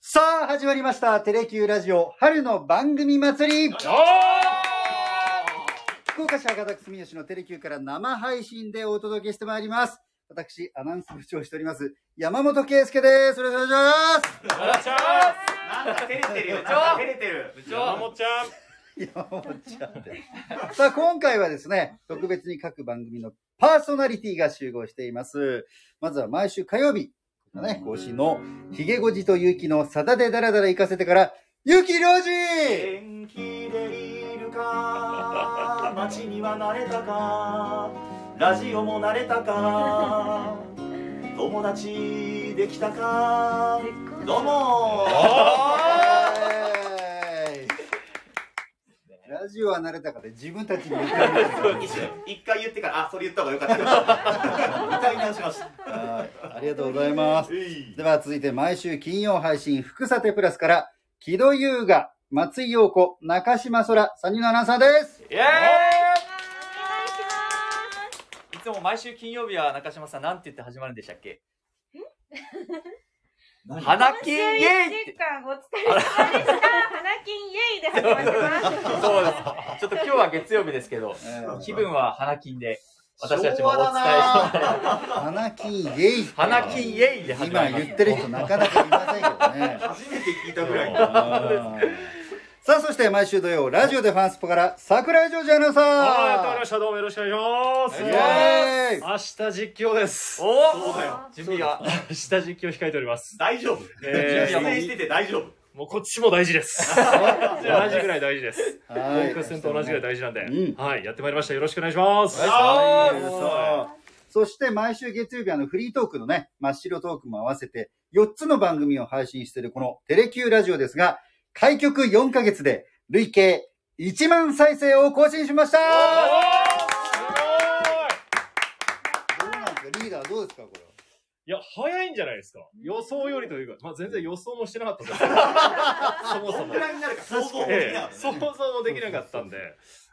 さあ、始まりました。テレキューラジオ春の番組祭りおー福岡市博多区住吉のテレキューから生配信でお届けしてまいります。私、アナウンス部長をしております、山本圭介です。よろしくお願いしまお願いしまなんか照れてるよ。なんか照れてる。す山本ちゃんす山本ちゃんです。さあ、今回はですね、特別に各番組のパーソナリティが集合しています。まずは毎週火曜日、ね、更新の、ひげごじとゆうきのサタでダラダラ行かせてから、ゆうきりょうじ元気でいる か、街には慣れたか、ラジオも慣れたか、友達できたか、どうもえーラジオは慣れたから自分たちに言ってみた一瞬一回言ってから、あ、それ言った方がよかった。対談しました。はいありがとうございます。では続いて毎週金曜配信、福さてプラスから、木戸優雅、松井陽子、中島空、サニのアナウンサーです。イエーイいつも毎週金曜日は中島さんなんて言って始まるんでしたっけ花今週金一イエイって週間お疲れ様でした。花金イエイで始まってます。そうですちょっと今日は月曜日ですけどえー気分は花金で私たち昭もお和伝だな花えして金イエイ。花金イエイで始今まります言ってる人なかなかいませんけどね。初めて聞いたぐらい。さあ、そして毎週土曜、ラジオでファンスポから、桜井ジョージアナウンサー。はいやってまいりましたどうもよろしくお願いしおま願いしす明日実況ですそうおだよ。準備が明日実況控えております大丈夫。え出ー演してて大丈夫。もうこっちも大事です 同じぐらい大事ですオはいークス戦と同じぐらい大事なんで、うんはいやってまいりましたよろしくお願いします願いしますそして毎週月曜日あのフリートークのね、真っ白トークも合わせて4つの番組を配信しているこのテレキューラジオですが、開局4ヶ月で累計1万再生を更新しましたどうなんですかリーダーどうですかこれいや早いんじゃないですか予想よりというか、まあ、全然予想もしてなかったん ですけどそもそどんもぐらいになるか想像もできなえかったえ、想ね。像もできなかったんで、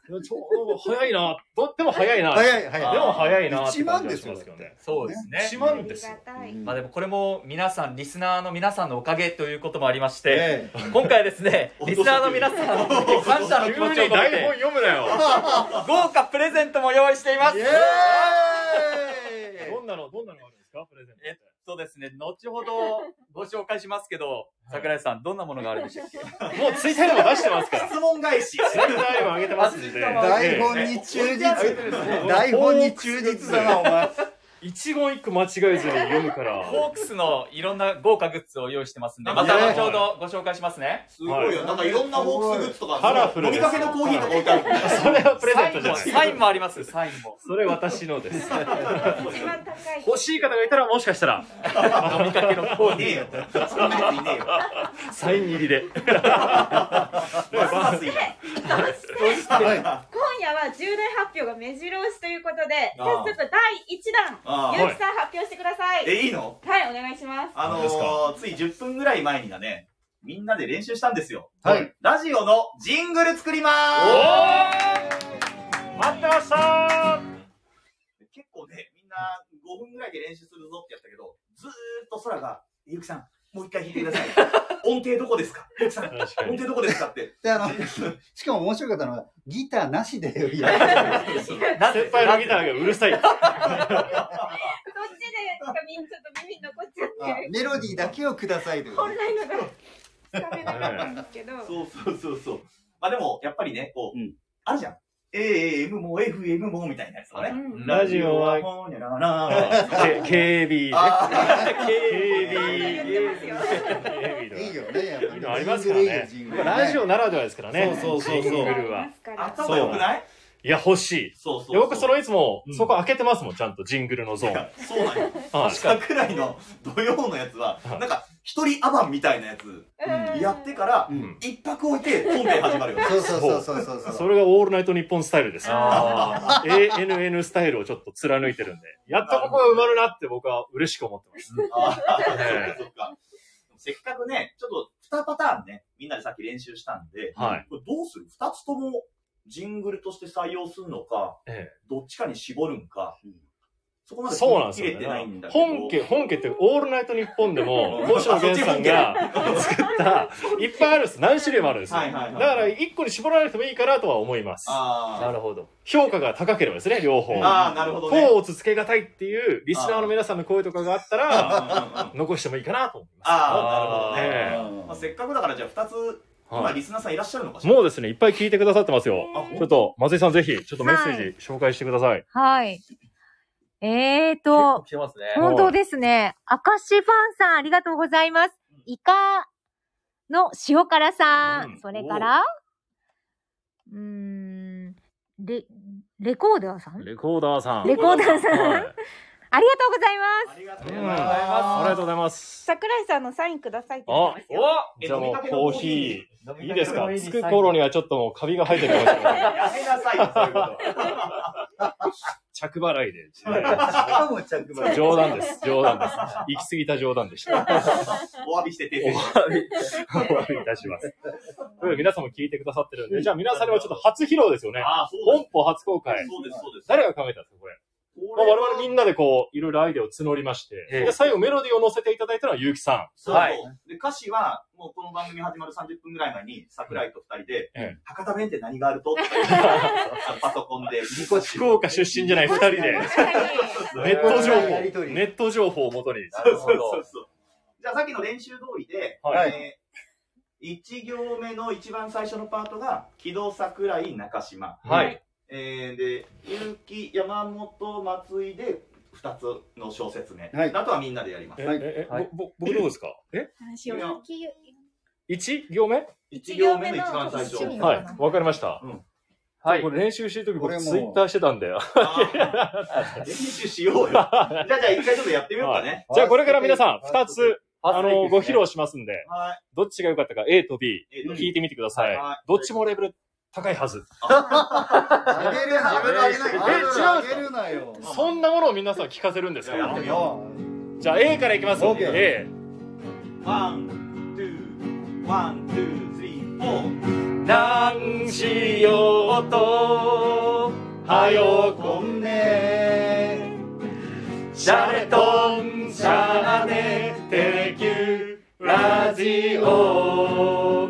ちょうど早いな、とっても早いな。早い早い。でも早いなって1万感じでがすよしますけどね。そうですね1万ですあより。がたい。まあでもこれも皆さんリスナーの皆さんのおかげということもありましてええ今回ですねリスナーの皆さんに感謝の気急持ちを込めに台本て読むな よ。豪華プレゼントも用意していますイエどんなの、どんなのがあるんですか、プレゼントえっとですね、後ほどご紹介しますけど、桜井さん、どんなものがあるんでしたっけって。もうツイッターでも出してますから。ツ質問返し。イッターでも上げてますんで。ーイ台本に忠実台本に忠実だなお前一言一句間違えずに読むから。ホークスのいろんな豪華グッズを用意してますんで、また後ほどご紹介しますね。すごいよ。なんかいろんなホークスグッズとか、カラフル飲でみすかけのコーヒーとか置いてあるもんね。それはプレゼサンイトンじゃも、ない。サインもあります、サインも。それ私のです。一番高い。 欲しい方がいたらもしかしたら、飲みかけのコーいねヒえーよ。そんなやついねえよ。サイン入りで。ますますいい。は今夜は重大発表が目白押しということで、あ早あ速第一弾、あーゆうきさん発表してください。え、いいのはい、お願いします。あ何ですのー、つい10分ぐらい前にだね、みんなで練習したんですよ。いはいラジオのジングル作りまおーー待ってましたーす結構ね、みんな5分ぐらいで練習するぞってやったけど、ずーっと空が、ゆきさん、もう一回弾いてく ださい。音程どこですかゆきさん、確か音に。程どこですかって。であのしかも面白かったのはギターなしでやるなんで先輩のギターがうるさい。そっちで、なんかみんなちょっと耳に残っちゃあってる。メロディーだけをくださいという本来のがつかめなかったんですけど。そうそうそうそう。まあでも、やっぱりね、こう、うんあるじゃん。AM も FM もみたいなやつとかね。うんラジオはもうにゃらら K- KB ね。あ KB 言ってますよ KB いいだよねやっぱいりいのありますからねジン。グやっルぱねラジオならではですからね。そうそうそうそうジングルありはま。すかーら頭良くないいや、欲しい。そうそうそう。よくそのいつもうん、そこ開けてますもん、ちゃんとジングルのゾーいン。やそうなんよ。はい桜井の土曜のやつは、なんか、一人アバンみたいなやつ、うんやってからう、ん一泊置いて、本編始ま るよね。そうそうそうそうそうそうそれがオールナイトニッポンスタイルです。あ ANN スタイルをちょっと貫いてるんで、やっとここが埋まるなって僕は嬉しく思ってます。あーねそっか。せっかくね、ちょっと2パターンね、みんなでさっき練習したんで、はいこれどうする ?2 つともジングルとして採用するのか、ええどっちかに絞るんか、うんそこまでそうなんです切れよてないんねだ。けど。本家、本家ってオールナイトニッポンで も、星野源さんが作った、いっぱいあるんです。何種類もあるんですよ。はだいかはいはいら、一個に絞らなくてもいいかなとは思います。あるほど。評価が高ければですね、両方ー。あー、なるほどね。甲を続けがたいっていう、リスナーの皆さんの声とかがあったら、あ残してもいいかなと思います。あー、なるほどえねえ。まあせっかくだから、じゃあ2つ、はい今リスナーさんいらっしゃるのかしら。もうですね、いっぱい聞いてくださってますよ。あほんちょっと、松井さんぜひ、ちょっとメッセージ紹介してください。はい。えー結構と、来てますね。本当ですね。明石ファンさん、ありがとうございます。イカの塩辛さん、うんそれから、うーん、レ、レコーダーさんありがレコーダーさん。レコーダーさんはいとうございます。ありがとううございんありまがとうございます。桜井さんのサインくださいって言っあてます、よ。おじゃあもうコーヒー。ーいいですかつく頃にはちょっともうカビが生えてるかもしれない。す。やめなさいよ、そういうこと。着払いで。 あもう着払い冗談です。冗談です。行き過ぎた冗談でした。お詫びして訂正しますお詫びいたします。という皆さんも聞いてくださってるんで、じゃあ皆さんにもちょっと初披露ですよね。ああ、そうで本す。邦初公開。そうです、そうです。誰が考えたんですか、これ。まあ、我々みんなでこう、いろいろアイデアを募りまして、ええで最後メロディーを乗せていただいたのは結城さそうそう、はいで、歌詞は、もうこの番組始まる30分ぐらい前に、桜井と二人で、ええ博多弁って何があるととか言ってパソコンで、ニコん。福岡出身じゃない二人で、ネット情やりと報、りネット情報をもとに。なるほそうそどう。そう。じゃあさっきの練習通りで、はいえー、1行目の一番最初のパートが、木戸桜井中島。はい。えー、で、結城山本松井で、二つの小説目。はいあとはみんなでやりますえ。はい、え、はえい、ぼ、ぼ僕どうですかえ話を聞き ?1 行目一行目の一番最初。一行目のはい、わかりました。はいこ。れ練習してるときこ僕れもツイッターしてたんで。はあー練 習しようよ。じゃあ、じゃあ一回ちょっとやってみようかね。いじゃあこれから皆さん2つ、あの、ご披は露しますんで、はどっちが良かったか A と B い。えーと聞いてみてくださいはい。どっちもレベル高いはず。あげるな、あげるな、え違うんですかあげるなよ。そんなものを皆さん聞かせるんですかいややってみよら。よじゃあ A からいきますよ。 OK A。ワン、ツー、ワン、ツー、スリー、フォー。なんしようと、はよこんね。シャレとんしゃあねてきゅうラジオ。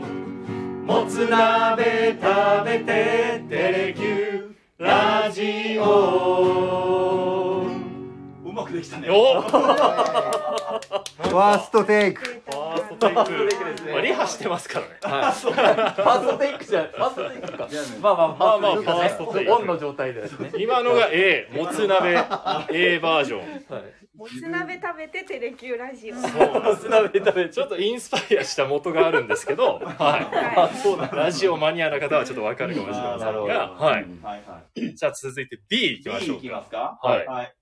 もつ鍋食べててれきゅうラジオ。うまくできたね。おファーストテイク。くれフたァらーストテイファーストテイクですク。ねまあリハしてますからね。い。ファーストテイクじゃない。ファーストテイクか。まあまあ、まあまあファースファーストトテテイイクク。オンの状態でですね。 今のが A、もつ 鍋 A バージョン。はい。もつ鍋食べてテレキューラジオ。そうですねちょっとインスパイアした元があるんですけど、は。はいラジオマニアな方はちょっとわかるかもしれませなるんほどが、はい。はいはじゃあ続いて B いきまい。し B ょいうき。ますかはいはい。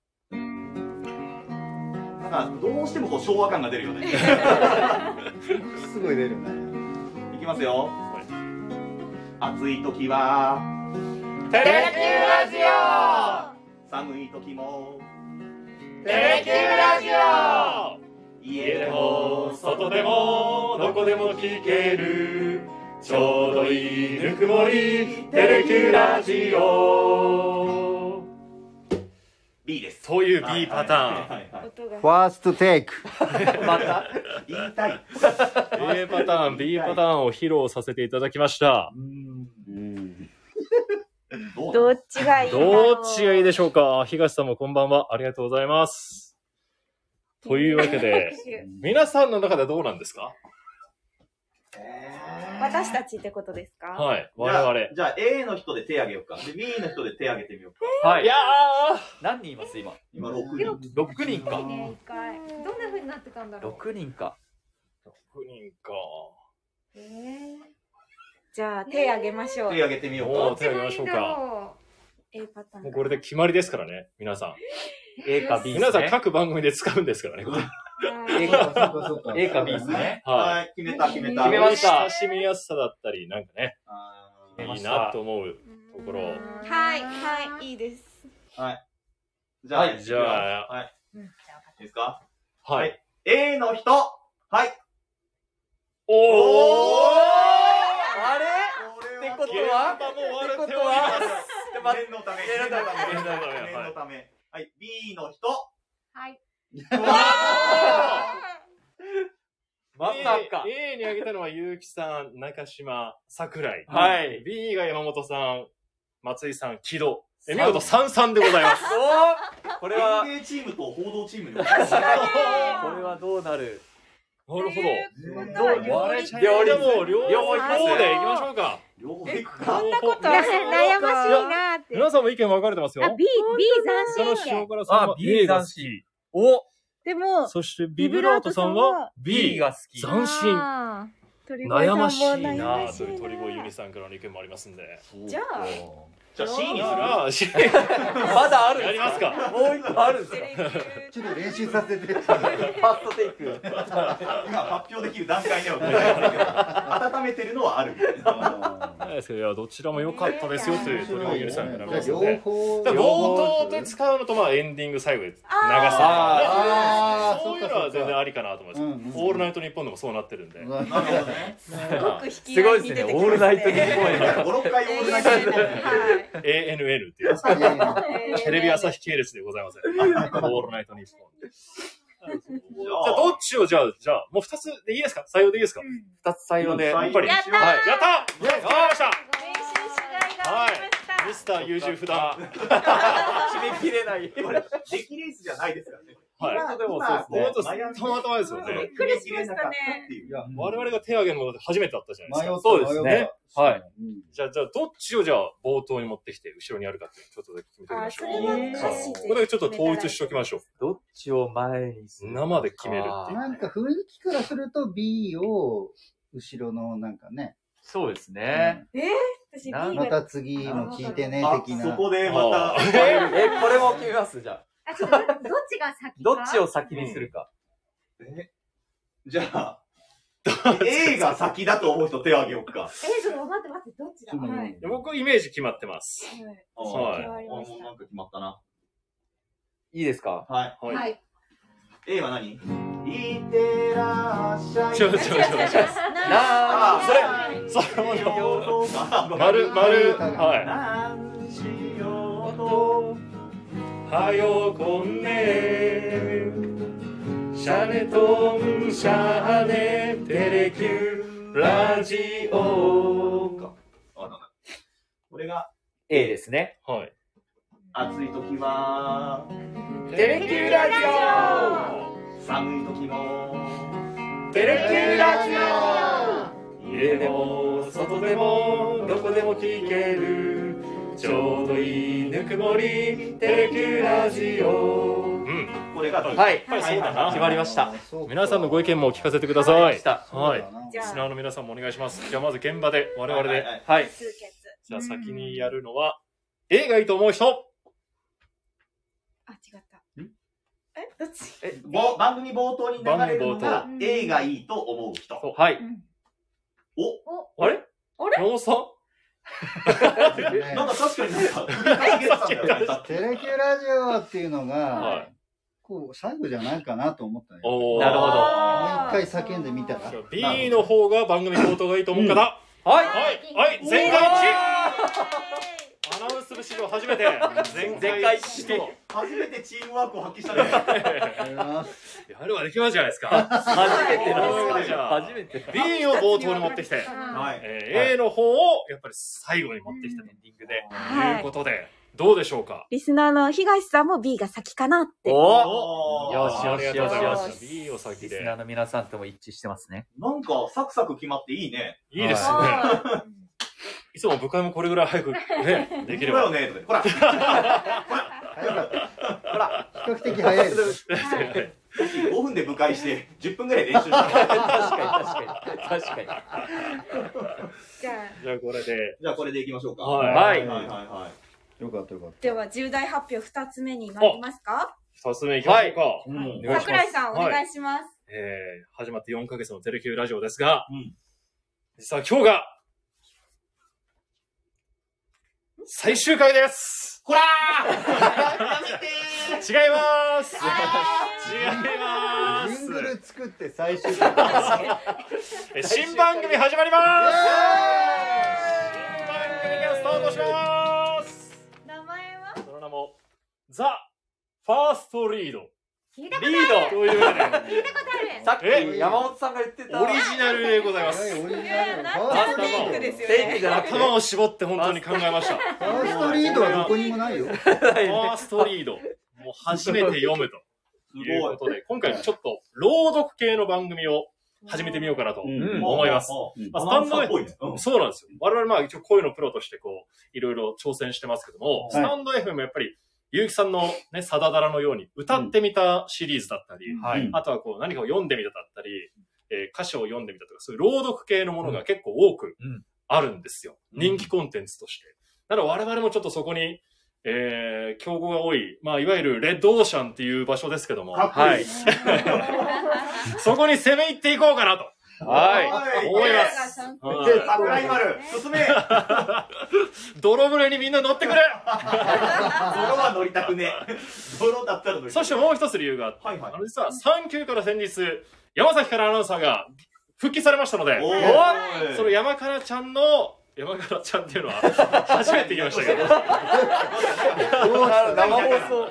なんか、どうしてもこう昭和感が出るよね。すごい出るね。いきますよはい。暑い時は、テレキューラ寒い時も、テレキューラジオ家家ででもも、外外ででもも、、どこでも聞ける。ちょうどいいぬくもり、テレキューラジオ。 B です。という B パターン。はいはいはいはい音がフ。ァーストテイク。また。言いたい。 A パターン、B パターンを披露させていただきました。どうどっちがいいんだろどうっちがいいでしょうか東さんもこんばんは。ありがとうございます。というわけで、 皆さんの中ではどうなんですか私たちってことですか。はい。じゃあ我じゃあ A の人で手挙げようか。で B の人で手挙げてみようか。は々。いいや。何人います今。今6人。六人いいか。ね一回。どんな風になってたんだろう。六人か。ー !6 人か。えーじゃあ手挙げましょう。手挙げてみようおかー、。手を挙げましょうか。か。A パターン。もうこれで決まりですからね、皆さん。 A か B ですね。皆さん各番組で使うんですからね、これ。はい。 A か B ですね。ははい、決めた、決めた。決めました親しみやすさだったり、なんかね、あ決めまーいいしたなと思うところを。はいはいいいです。じゃあ、はいじゃあはい。うんいいですかははいい。?A の人はいおーあれってことは現場も終わってるこ手とを挙げはますでま念のため、念のため念のため念のため念のため。はい、B の人。はい。まさか。 A, A にあげたのは結城さん、中島、桜井。はい。 B が山本さん、松井さん、木戸。え、見事33でございます。おーこれは、園芸チームと報道チームに分かれてるーこれはどうなる なるほというど。ことは両立どう両立でも両両方方いきますで行きましょうか。両方行くこか。んなことな悩ましいなーって。皆さんも意見分かれてますよ。あ、B、B その斬新塩で。辛さんは A が好き。き。おでも、そしてビブラートさんは !B B がが好き。斬新。あー悩ましい鳥越さんも悩なまぁしといいうな鳥越ゆりさんからの意見もありますんで。じゃあじゃあ C にするなら、C まだあるん やりますか。もう一個あるんですテかレビちょっと練習させて。ファーストテイク。今発表できる段階ではございませんけど、温めてるのはあるみたいな。ないですけど、いや、どちらも良かったですよという鳥越ゆりさんからの意見両もあります方。んで。だから冒頭で使うのと、まあ、エンディング最後で流すとかね。ああ、そういうのは全然ありかなと思います。うんうんオールナイトニッポンでもそうなってるんで。然。なるほどね。すごく引きすご合いいにで出すね。てきオールナイトニねッポンや。 5、6回オールナイトニッポンはい ANN っていう。いやいやテレビ朝日系列でございません。オールナイトニッポン。じゃあ、どっちを、じゃあ、じゃあ、もう二つでいいですか採用でいいですか二つ採用で。やっぱり。やはっい。たーやったやりました練習しがいがありました。ミスター優柔不断。決めきれない。これ、出来レースじゃないですからね。はい。今でもそうですね本当たまたまですよびねっ。くりしましたねっていう。我々が手を挙げるのって初めてだったじゃない迷ですか。ったそうですね。。はい。迷っじゃあ、じゃあ、どっちをじゃあ、冒頭に持ってきて、後ろにあるかっていうのをちょっとだけ決めてみましあょそれう。ははい歌詞でここでちょっと統一しときましょう。どっちを前にする生で決めるってたいう。なんか雰囲気からすると B を後ろのなんかね、そうですね。私 B なんまたが。次の聞いてねあ的、そな。こでまた。え、これも決めますじゃあ。あちょっとどどっちが先かどっちを先にするか。えじゃあ、A が先だと思う人手を挙げようか。え、ちょっと待って待って、どっちだ。はい。はいで僕、イメージ決まって ます。はい決まりましもうなんか決まったな。いいですかはい。た。ははい。い。 A は何いってらっしゃい。ちょちょちょちょなあそれ。それもね、ょ。 丸、丸、は何しようと。い。はよこんねシャネトン、シャネ、テレキュー、ラジオ。あ、なんだ。これが、 A ですね。はい。暑い時は、テレキューラ寒い時も、ジオテレキューラあジオ家でも、外でも、どこでも聞ける。ちょうどいいぬくもり、テレキューラジオ。うん。これが、はいはい。やっぱりそうだな決まりました。皆さんのご意見も聞かせてください。はい。じゃリスナあ、ーの皆さんもお願いします。じゃあまず現場で我々はいでは、いはい。数決。じゃあ先にやるのは A がいいと思う人。あ、違った。え、どっち。はいぼ番組冒頭に流れるのが番組冒頭 A がいいと思う人。はい。おあれ？あれノさん？なんか確かになんか、首かしげてたんだよねさっきテレキュラジオっていうのはが、い。こう、最後じゃないかなと思ったね。もうおーなるほど一回叫んでみたらじゃ。あ B の方が番組冒頭がいいと思う方。は。はいい。はい。全お会はい。一致。アナウンス部史上初めて 全全会会一一致致と。初めてチームワークを発揮したね。やるはできますじゃないです か。初めておのーじゃあ初めて。 B を冒頭に持ってきて、はえい。ー A の方をやっぱり最後に持ってきたとエンディングで。ということで、どうでしょうかリスナーの東さんも B が先かなって。おおーよしよしよしよし。いいお先リスナーで。の皆さんとも一致してますね。なんか、サクサク決まっていいね。いいですね。あいつも部会もこれぐらい早く ね、できれだ よば。ね、とか言って。ほ早かった。ほら、比較的早いです。ら、5分で部会して、10分ぐらい練習した。確かに確かに。確かーじゃあ、じゃあこれで。じゃあ、これでいきましょうか。ははいいはい、はい、はい。よかったよかっでは重大発表二つ目になりますか。二つ目いきましょうか。た。うんお願いします桜井さんおは願いいします。えー、始まって4ヶ月のテレキューラジオですがうん、実は今日が、最終回ですこらーやめて違います違いまジングすル作って最終回。え新番組始まります新番組がスタートします名前は。その名も、ザ・ファーストリード。聞いたことリーというわけで聞いたことあるドさっきえ山本さんが言ってたオリジナルでございまはいす。オリジナいルやのなフんちァーゃらメイクですよね。テイクじゃなくて頭を絞って本当に考えました。ファーストリードはどこにも ないよ。ファーストリード。もう初めて読むと。いうことで、今回ちょっと朗読系の番組を始めてみようかなと。うん思います。うんまあ、スタタンンドド F っぽいね。うんそうなんですよ。我々まあ一応声のプロとしてこう、いろいろ挑戦してますけども、いスタンド F もやっぱり、ゆうきさんのね、さだだらのように歌ってみたシリーズだったり、はいあとはこう何かを読んでみただったり、えー歌詞を読んでみたとか、そういう朗読系のものが結構多くうんあるんですよ。うん人気コンテンツとして。だから我々もちょっとそこに、えー、競合が多い、まあいわゆるレッドオーシャンっていう場所ですけども、かっこいいはい。そこに攻め入っていこうかなと。はい。思います。す。はい桜井丸、進めそこ泥船にみんな乗ってくれは乗りたくねえ。泥だったら乗りたくねえそしてもう一つ理由があって、はいはいあの実は3級から先日、山崎からアナウンサーが復帰されましたので、おおーいその山からちゃんの、山からちゃんっていうのは初めて言いましたけど、どうした生放送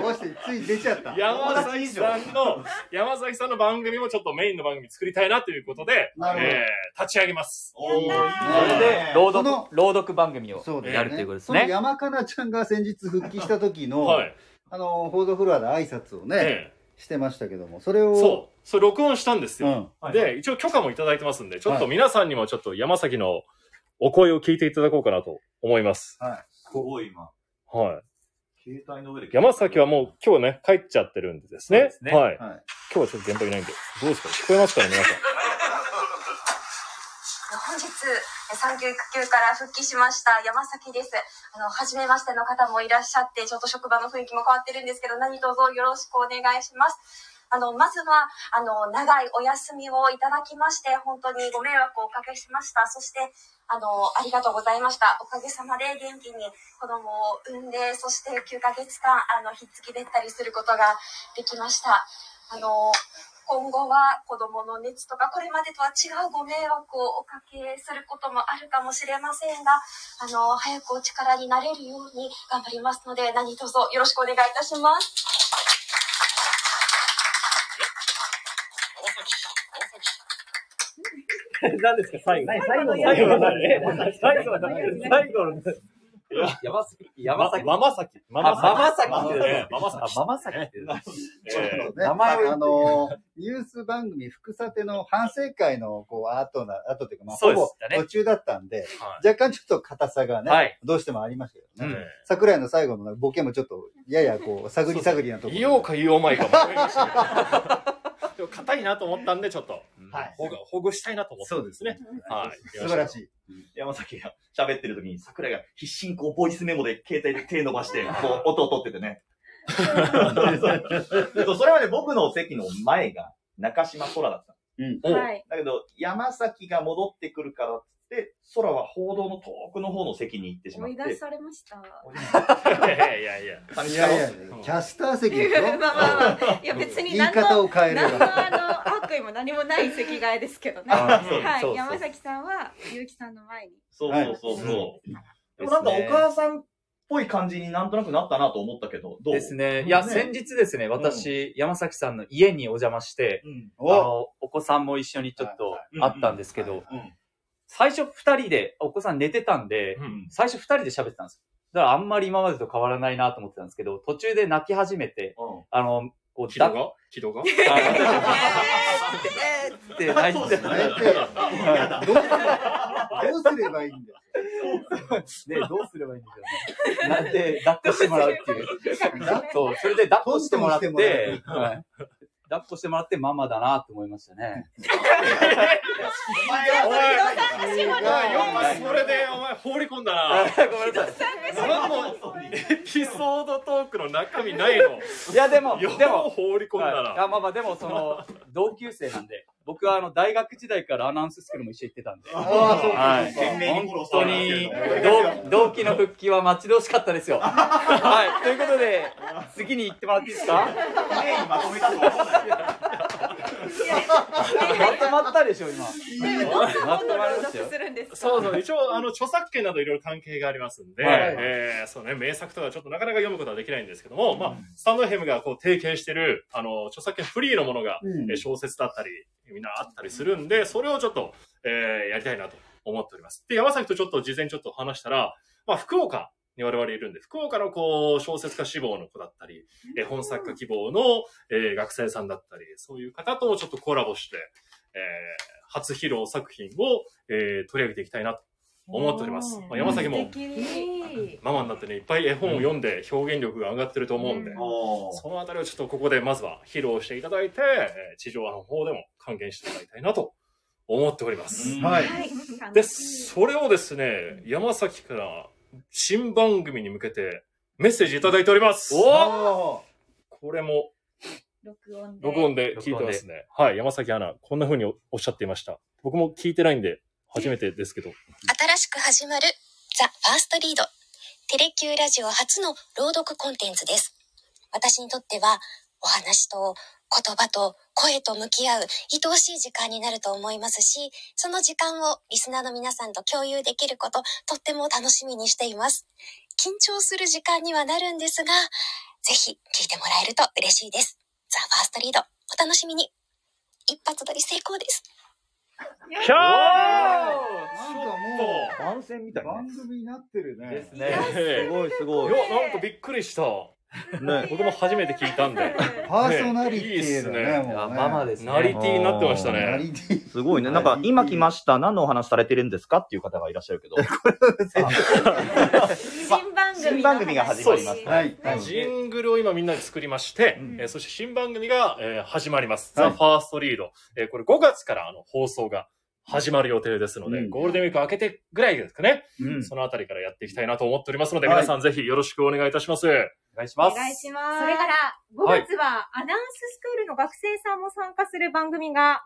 どうしてつい出ちゃった。山崎さんの、山崎さんの番組もちょっとメインの番組作りたいなということで、なるほどえー立ち上げます。おーいいねそれで朗その読朗読番組をそうだよねやるということですそのね。山かなちゃんが先日復帰した時の、 はい。あの、報道フロアで挨拶をね、えしてましたけども、それを、えそう。それ録音したんですよ。ん。はいで、一応許可もいただいてますんで、ちょっと皆さんにもちょっと山崎のお声を聞いていただこうかなと思います。すごい今。は携帯の上でい。山崎はもう今日ね、帰っちゃってるんでですね。そうですねはい。はい。今日はちょっと現場いないんで。どうですか聞こえますかね、皆さん。本日産休育休から復帰しました山崎ですあの初めましての方もいらっしゃってちょっと職場の雰囲気も変わってるんですけど何卒よろしくお願いしますあのまずはあの長いお休みをいただきまして本当にご迷惑をおかけしましたそしてあのありがとうございましたおかげさまで元気に子供を産んでそして9ヶ月間あのひっつきべったりすることができましたあの今後は子供の熱とかこれまでとは違うご迷惑をおかけすることもあるかもしれませんがあの早くお力になれるように頑張りますので何卒よろしくお願いいたします。何ですか最後。最後最後の何最後の何最後の山崎山崎ままさき。まあママさき。崎ってねママあママ崎ってええね名前を言ってあの、ニュース番組、福さての反省会の、こう、後な、後というか、まあ、そうほでぼしたね途中だったんで、は若干ちょっと硬さがね、はいどうしてもありましたけどね。え桜井の最後のボケもちょっと、ややこう、探り探りなとこえろ。言おうか言おうまいか迷い ましたけどでも硬いなと思ったんで、ちょっと、はいほぐほぐしたいなと思ったんですね。はい。素晴らしい。山崎が喋ってる時に桜井が必死にこうボイスメモで携帯で手伸ばしてこう音を取っててね。そうそれまで僕の席の前が中島空だった。おうはい。だけど山崎が戻ってくるからっつって空は報道の遠くの方の席に行ってしま追っいて。出されました。いやいやいや。いやいや、キャスター席でしまあょ まあまあ。いや別言にい何方の、を変えれ何ば。のあの、悪意も何もない席替えですけどね。あそうはそうそい。う山崎さんは、ゆうきさんの前に。そうそうそうそう。でもでなすんかおね母さんっぽい感じになんとなくなったなと思ったけど、どうですね。いや、ね先日ですね、私、山崎さんの家にお邪魔して、うん。あおの、お子さんも一緒にちょっとはい会ったんですけど、うん。最初二人で、お子さん寝てたんでう、ん最初二人で喋ってたんですよ。だからあんまり今までと変わらないなと思ってたんですけど、途中で泣き始めて、うんあの、こう、軌 道っが軌道がやめて泣いて、てどうどうすればいいんだよ。ね、どうすればいいんですよね。なんで、抱っこしてもらうっていう。そう、それで抱っこしてもらって、どうしてはい抱っこしてもらってママだなって思いましたね。お前はおおいおい、よくそれでお前放り込んだな。 ごめんなさい。何もエピソードトークの中身ない の。いや、でも、よでもう、放り込んだはいいな。やまあまあ、でも、その、同級生なんで、僕はあの、大学時代からアナウンススクールも一緒に行ってたんで、ああ、そうはかいそうか。本当に、同同期の復帰は待ち遠しかったですよ。はい、ということで、次に行ってもらっていいですかきれいにまとめたと思う。まとまったでしょ、今。まとまり朗ましたよ読するんですかそうそう、一応、あの、著作権などいろいろ関係がありますんで、はいえーそうね、名作とかちょっとなかなか読むことはできないんですけども、まあ、スタンドヘムがこう提携してる、あの、著作権フリーのものが、うんえー小説だったり、みんなあったりするんで、それをちょっと、えーやりたいなと思っております。で、山崎とちょっと事前にちょっと話したら、まあ、福岡に我々いるんで、福岡のこう、小説家志望の子だったり、えー本作家希望の、えー学生さんだったり、そういう方ともちょっとコラボして、えー初披露作品を、えー取り上げていきたいなと思っております。まあ、山崎も素敵ママになってね、いっぱい絵本を読んで表現力が上がってると思うんで、おーそのあたりをちょっとここでまずは披露していただいて、えー地上波の方でも還元してもらいたいなと思っておりまうす。んはい。はいで、それをですね、山崎から新番組に向けてメッセージいただいております。おこれも録音で録音で聞いてますね。はい、山崎アナ、こんな風におおっしゃっていました。僕も聞いてないんで、初めてですけど。新しく始まるザ・ファーストリードテレキューラジオ初の朗読コンテンツです私にとってはお話と言葉と声と向き合う愛おしい時間になると思いますしその時間をリスナーの皆さんと共有できることとっても楽しみにしています緊張する時間にはなるんですがぜひ聞いてもらえると嬉しいですザ・ファーストリードお楽しみに一発撮り成功ですキャーなんかも番宣みたう、番組になってるね。ですね。すごいすいごい。や、なんかびっくりした。ね。僕も初めて聞いたんで。パーソナリティだねいいね、っすもうね。ママですね。ナリティになってましたナね。リティ。すごいね。なんか、今来ました。何のお話されてるんですかっていう方がいらっしゃるけど。 新番組新番組が始まります。はい。はいジングルを今みんなで作りまして、うんえーそして新番組が、えー始まります。はいザ・ファーストリード。えーこれ5月からあの放送が始まる予定ですので、うんゴールデンウィーク明けてぐらいですかね。うんそのあたりからやっていきたいなと思っておりますので、はい皆さんぜひよろしくお願いいたします。お願いしおます。願いしますそれから、5月はアナウンススクールの学生さんも参加する番組が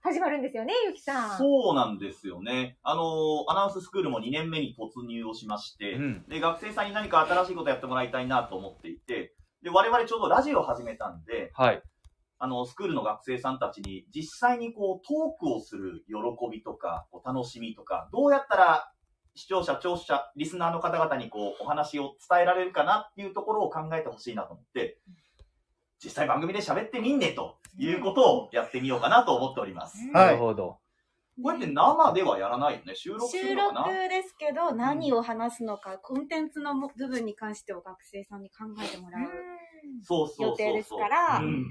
始まるんですよね、ゆきさん。そうなんですよね。あのーアナウンススクールも2年目に突入をしまして、うんで、学生さんに何か新しいことやってもらいたいなと思っていて、で、我々ちょうどラジオを始めたんで、はい。あの、スクールの学生さんたちに実際にこうトークをする喜びとか、お楽しみとか、どうやったら視聴者、聴取者、リスナーの方々にこうお話を伝えられるかなっていうところを考えてほしいなと思って、実際番組で喋ってみんねということをやってみようかなと思っております。なはるい。ほど。こうやって生ではやらないよね。収録する収のかな録ですけど、何を話すのか、コンテンツの部分に関してを学生さんに考えてもらうそうそうそうそう。予定ですから、うん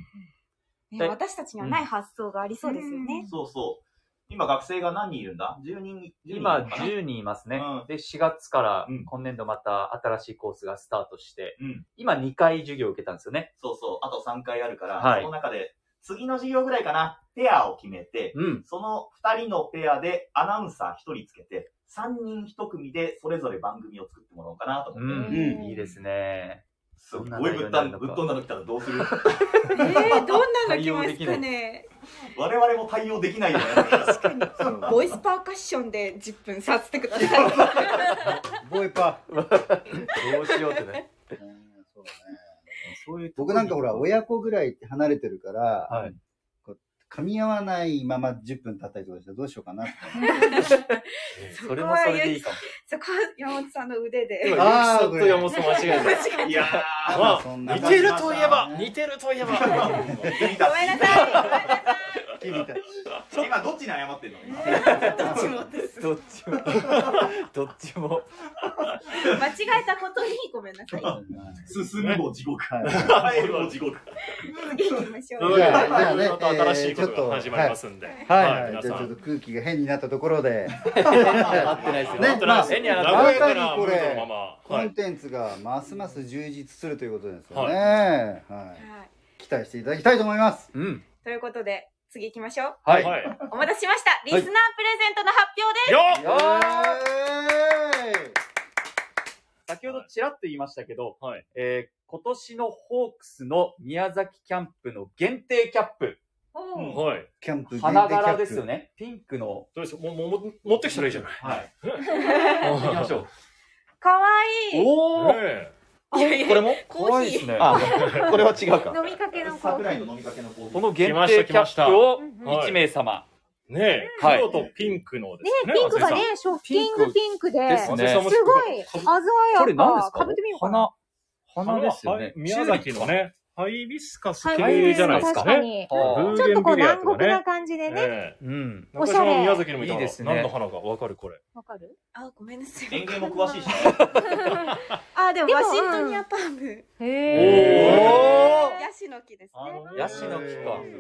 ねで私たちにはない発想がありそうですよね。そうそう。今学生が何人いるんだ ?10 人、10人今、かな10人いますねうん。で、4月からうん今年度また新しいコースがスタートしてうん、今2回授業を受けたんですよね。そうそう。あと3回あるから、はいその中で、次の授業ぐらいかな、ペアを決めて、うん。その2人のペアでアナウンサー1人つけて、3人1組でそれぞれ番組を作ってもらおうかなと思うって。んうん。いいですね。すっごいぶっ飛んだぶっ飛んだの来たらどうする えー、どんなの来ますかね。我々も対応できないよね。ボイスパーカッションで10分させてくださボイパ。どうしようってね。うんそうだね そういうとこ僕ろなにんかほら、親子ぐらい離れてるから、はい噛み合わないまま10分経ったりとかしたらどうしようかなって。それもそれでいいかも。い。そこは山本さんの腕今、ゆで。きさんと山本さん間違えた。いやー、まそんあ、な似てるといえば、似てるとい えば。ごめんなさい。ごめんなさ君たち今どっちに謝ってんのい。どっちもです。どっちも。ど っちも。間違えたことにごめんなさい。進むも地獄。はい帰るも地獄。次行きましょというう。わけでじゃあじゃあねいろいろと新しいことが始まりますんで。はいはい、皆じさゃあちょっんと。空気が変になったところで、合ってないですよ。ね合なんっとてななくい変名には古なまらない屋さかにらこれ武道のまま。コはンい。テンツがますます充実するということですよはね。いはい、はい。期待していただきたいと思います。うん。ということで、次行きましょう。はい。はい。よお待たせしました。リスナープレゼントの発表です。っよーイエーイ先ほどちらっと言いましたけど、はいえー今年のホークスの宮崎キャンプの限定キャップ、おーはい。キャンプ限定花キャッ柄プですよ。ね。ピンクの。どうでしょうもうもうも持ってきたらいいじゃない。 はい。行行きましょう。かわいい。おーねえいやいやこれもコーヒー。ねあ、これは違うか。飲みかけのコーヒ桜井ー。の飲みかけのコーヒこー。の限来まし定たキ来ャましたップをはい1名様。ねえ、はい黒とピンクのですね。ね、ピンクが松井ねさん、ショッキングピンクで、ですすごいね松井さんも鮮やか。これ何ですかかぶってみようかな。花。花ですよはねい。宮崎のね、ハイビスカスはい系じゃないですか確かね。に。チューリップか。はブちょっとこう南国な感じえでね。えあうん。お中しゃれ島も宮崎にもいたいいらですね何の花かわかるこれ。わかるあ、ごめんなさい。園芸も詳しいしね。あ、でもでもワシントニアパーム。へー。おヤシの木ですあね。のヤシの木かす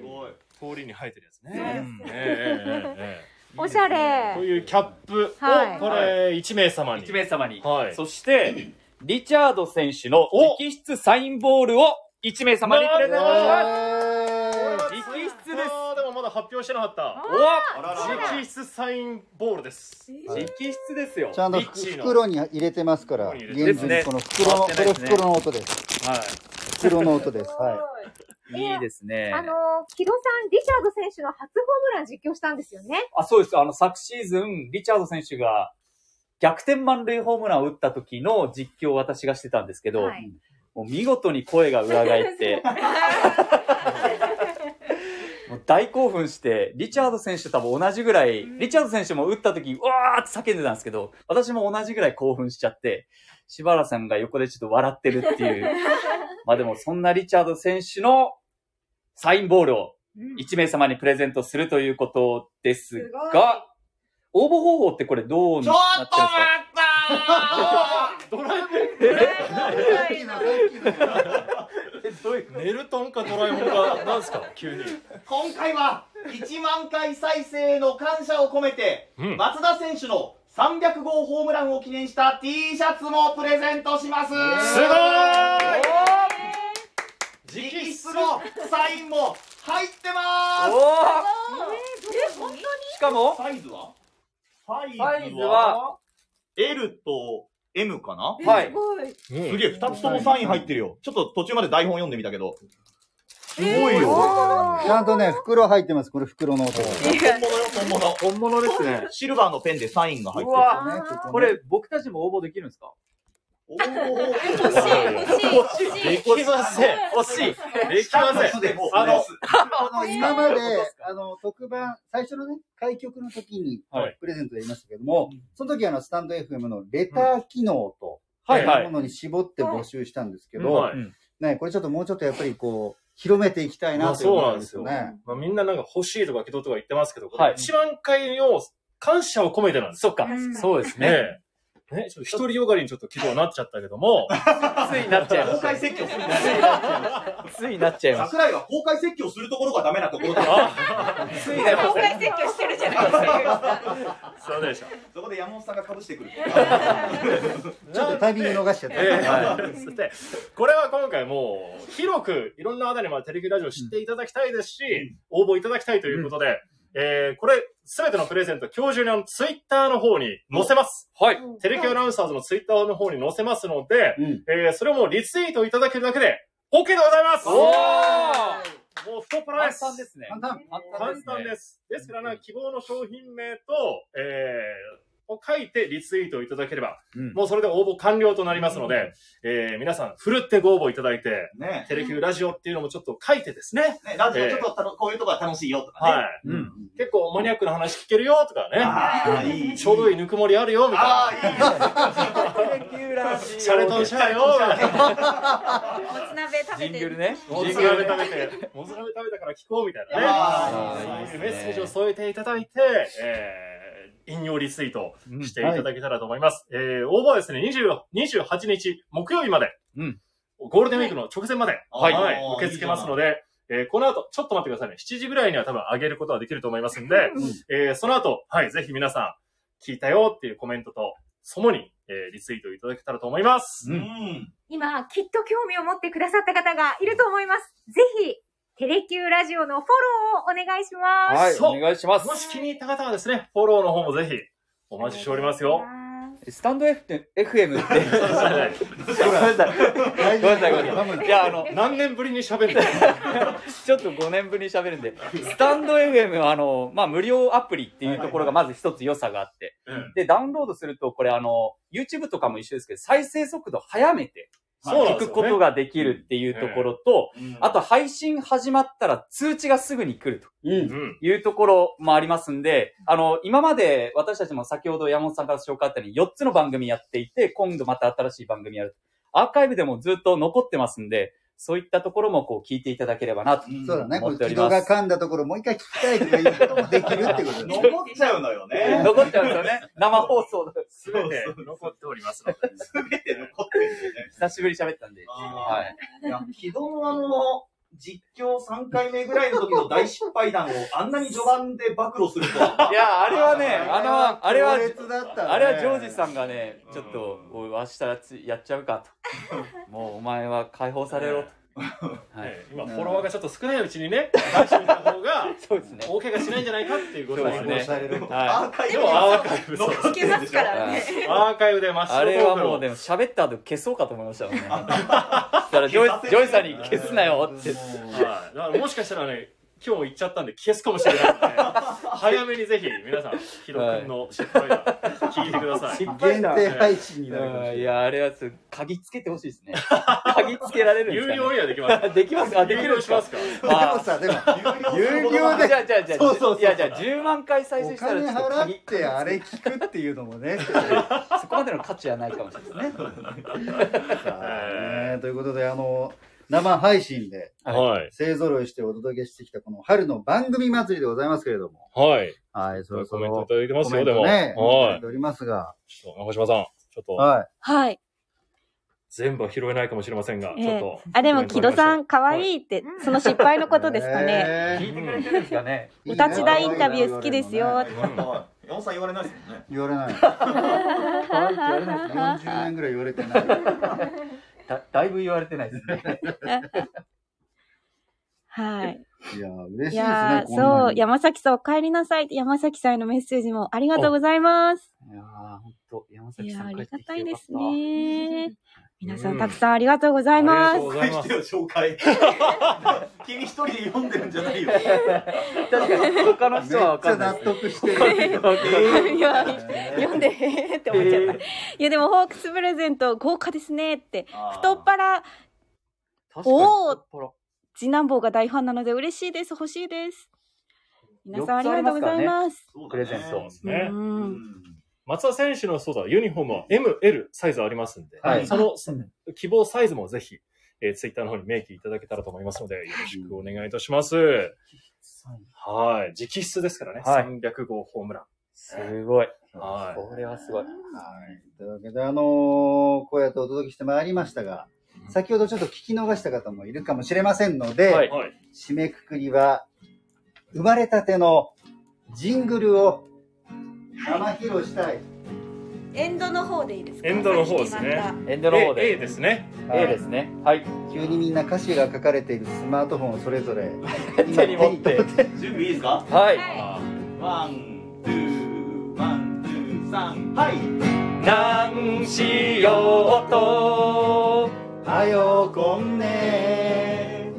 ごい。通りに生えてるやつね。ーねえええええおしゃえこうれ。いうキャップをはいこれ一名様に。 1名様に。はいそして、リチャード選手の直筆サインボールを1名様にプレゼントします。直直筆です。でもまだ発表してなかった。おわあららら直筆サインボールです。直筆ですよ。ちゃんとリッチーの袋に入れてますから、袋に現入てれ実にこの袋の、ですこれね袋の音です。は。袋の音です。はいいいですね。あのー、木戸さん、リチャード選手の初ホームラン実況したんですよね。あ、そうです。あの、昨シーズン、リチャード選手が逆転満塁ホームランを打った時の実況を私がしてたんですけど、はいもう見事に声が裏返 って、もう大興奮して、リチャード選手と多分同じぐらい、リチャード選手も打った時、うわーって叫んでたんですけど、私も同じぐらい興奮しちゃって、柴原さんが横でちょっと笑ってるって いう。まあでもそんなリチャード選手のサインボールを1名様にプレゼントするということですが、応募方法ってこれどうなってるんですかドラえもんネルトンかドラえもん かなんですか急に。今回は1万回再生の感謝を込めて、うん松田選手の300号ホームランを記念した T シャツもプレゼントしますすごい直筆のサインも入っておまー本当にしかもす、サイズはサイズは L と M かなはいす。ごい。うんすげえ、2つともサイン入ってるよ。ちょっと途中まで台本読んでみたけど。すごいよ。ちゃんとね、袋入ってます。これ袋の音です。本物よ、本物。本物ですね。シルバーのペンでサインが入っうてる。わこれ僕たちも応募できるんですかおー欲しい、欲しい、欲しい。できません。惜しいできません。でもあの、あの今まで、あの、特番、最初のね、開局の時にはいプレゼントやりましたけども、その時あの、スタンド FM のレター機能と、はいはいものに絞って募集したんですけど、はいね、これちょっともうちょっとやっぱりこう、広めていきたいなということですよまね。まあ、みんななんか欲しいとか気取るとか言ってますけど、はい1万回を感謝を込めてなんですそっかうん、そうですねね。え。ね、ちょっと一人よがりにちょっと気取になっちゃったけども、ついなっちゃいま公し開説教するんだた。ついなっちゃいまし桜井は公開説教するところがダメなところだ。た。ついなっちゃいま公した。開説教してるじゃないですか。そうでしそこで山本さんが被してくる。ちょっとタイミング逃しちゃった。ええそして、これは今回もう、広くいろんな方にまあテレビラジオ知っていただきたいですし、応募いただきたいということで、えー、これ、すべてのプレゼント、今日中にあの、ツイッターの方に載せます。はい。テレキアナウンサーズのツイッターの方に載せますので、うんえー、それをもうリツイートいただけるだけで、OK でございますおーもう太っ腹簡です。単ですね。簡単簡単で。す。ですからね、希望の商品名と、えー、を書いてリツイートいただければ、うんもうそれで応募完了となりますので、えー、皆さん、ふるってご応募いただいて、ねテレキューラジオっていうのもちょっと書いてですね、ねラジオちょっとたのこういうとこが楽しいよとかはね。い。うん結構マニアックな話聞けるよとかああ、いね、い。ちょうどいいぬくもりあるよみたあいな。あ、いい。テレキューラジオ。シャレとんシャレよみたいな。もつ鍋食べジンてグルね。もつジング鍋ル食べて、もつ鍋食べたから聞こうみたいなね。あそうーいいでいすうねメッセージを添えていただいて、えー、引用リツイートしていただけたらと思います。えー、応募はですね、20 28日木曜日まで、うんゴールデンウィークの直前まで、はい受け付けますので、えー、この後、ちょっと待ってくださいね。7時ぐらいには多分上げることはできると思いますんで、えー、その後、はい、ぜひ皆さん、聞いたよっていうコメントと、そもに、えー、リツイートいただけたらと思います。うん。今、きっと興味を持ってくださった方がいると思います。ぜひ、テレキューラジオのフォローをお願いします。はい、そおう願いしますも。し気に入った方はですね、フォローの方もぜひ、お待ちしておりますよ。スタンド F って、FM って。ごめんなさい。大ご丈夫めんなさい、ごめんなさい。いや、あの、何年ぶりに喋るんだよ。ちょっと5年ぶりに喋るんで、スタンド FM はあの、まあ、無料アプリっていうところがまず一つ良さがあって、で、ダウンロードすると、これあの、YouTube とかも一緒ですけど、再生速度早めて、そうな聞んですよくねことができるっていうところと、うんあと配信始まったら通知がすぐに来るとうん。うん。いうところもありますんで、あの、今まで私たちも先ほど山本さんから紹介あったように4つの番組やっていて、今度また新しい番組やる。アーカイブでもずっと残ってますんで、そういったところもこう聞いていただければなと。そうだね。こ思れ、って軌おり道ますが噛んだところ、もう一回聞きたいとかいうこともできるって ことですね。残っちゃうのよね。残っちゃうんですよね。生放送のすべて残っておりますので。すべて残ってるんだよね。久しぶりに喋ったんで。は。はいい。いや、昨日のあの、実況3回目ぐらいの時の大失敗談をあんなに序盤で暴露するとは。いや、あれはね、あの、あれは強、烈だったねあれはジョージさんがね、ちょっと、おい、明日つやっちゃうかと。もうお前は解放されろと。はい。ね今、フォロワーがちょっと少ないうちにね、配信した方が、そうですね。大怪我しないんじゃないかっていうこともありま殺したさね。れる。はい。アーカイでブもアーカイブ、そう聞けますからね。アーカイブで真っ白あれはもうででも喋った後消そうかと思いましたもんね。 だからジョイジョイさんに消すなよって。はい。だからもしかしたらね、今日行っちゃったんで消すかもしれないので、早めにぜひ皆さん、ヒロ君の失敗談、聞いてください。限定配信になるかもしれないうんいや、あれはちょっと鍵つけてほしいですね。 鍵つけられるんで有すか、ね、料エアできます かできますあできる有料しますかでもさ、でも、有料じゃであじゃあじゃあ、そうそうそういやじゃあ10万回再お生したら金ちょっと鍵払ってあれ聞くっていうのも ね。そこまでの価値はないかもしれないですね。ねということで、あの、生配信ではい。勢揃いしてお届けしてきたこの春の番組祭りでございますけれども。はい。はい、そろそコメントいろた。だいてますよ、でコも。メントね、いただはいておりますが。い。ちょっと、中島さん、ちょっと、はい。はい。全部は拾えないかもしれませんが、えちょっえと。あ、でも、木戸さん。ん、可愛いって、その失敗のことですかね。ね聞いてくれてるんですかね。お立ち台インタビュー好きですよ。山本さん言われないですもんね。言われない。40年ぐらい言われてない。だだいぶ言われてないですね。はい。いや、嬉しいでいすね。やー、こんなそう、に山崎さん、お帰りなさいって。山崎さんへのメッセージもありがとうございます。 いやー、ほんと、山い崎やさー、あん帰っりてがきたていよでかっすね。皆さうんん、たくさんありがとうございまありすがとう。ござい紹ま介して。すよ、紹介。君一人で読んでるんじゃないよ。た。確かに、他のめっ人はわちかゃんな納いですね。得してる。いや、読んで、へーって思っちゃった。 いや、でも、ホークスプレゼント、豪華ですねって。太っ腹、確かにおーほら次男坊が大ファンなので嬉しいです。欲しいです。皆さんありがとうございます。そうだねプレゼント。ねう。。うんん松田選手のそうだ、ユニフォームは M、L サイズありますんで、はいそのそ希望サイズもぜひ、えー、ツイッターの方に明記いただけたらと思いますので、よろしくお願いいたします。はい。直筆ですからね。はい300号ホームラすごい。ン。はい。これはすごい。はい。というわけで、あのー、こうやってお届けしてまいりましたが、先ほどちょっと聞き逃した方もいるかもしれませんので、はいはい。締めくくりは、生まれたてのジングルを生披露したい。エンドの方でいいですかエンドの方でさっすねき決まったエンドの方 A, A で。ですね。はい A ですね。はい。急にみんな歌詞が書かれているスマートフォンをそれぞれ、今手に持って。準備いいですかはい。あワン、ツー、ワン、ツー、サン、はい。なんしようと、はよこんね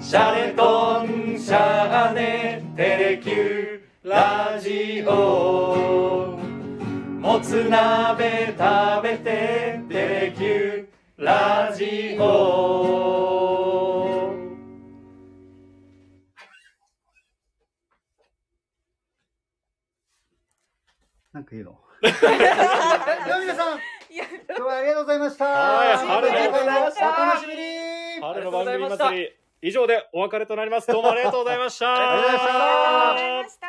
シャレとんしゃーね、テレキューラジオ。もつ鍋食べて、テレキューラジオ。なんか言うの では皆さん、今日はありがとうございました。はいありがとうございましたお楽しみに春の番組祭り、以上でお別れとなります。どうもありがとうございました。ありがとうございましたありがとうございました。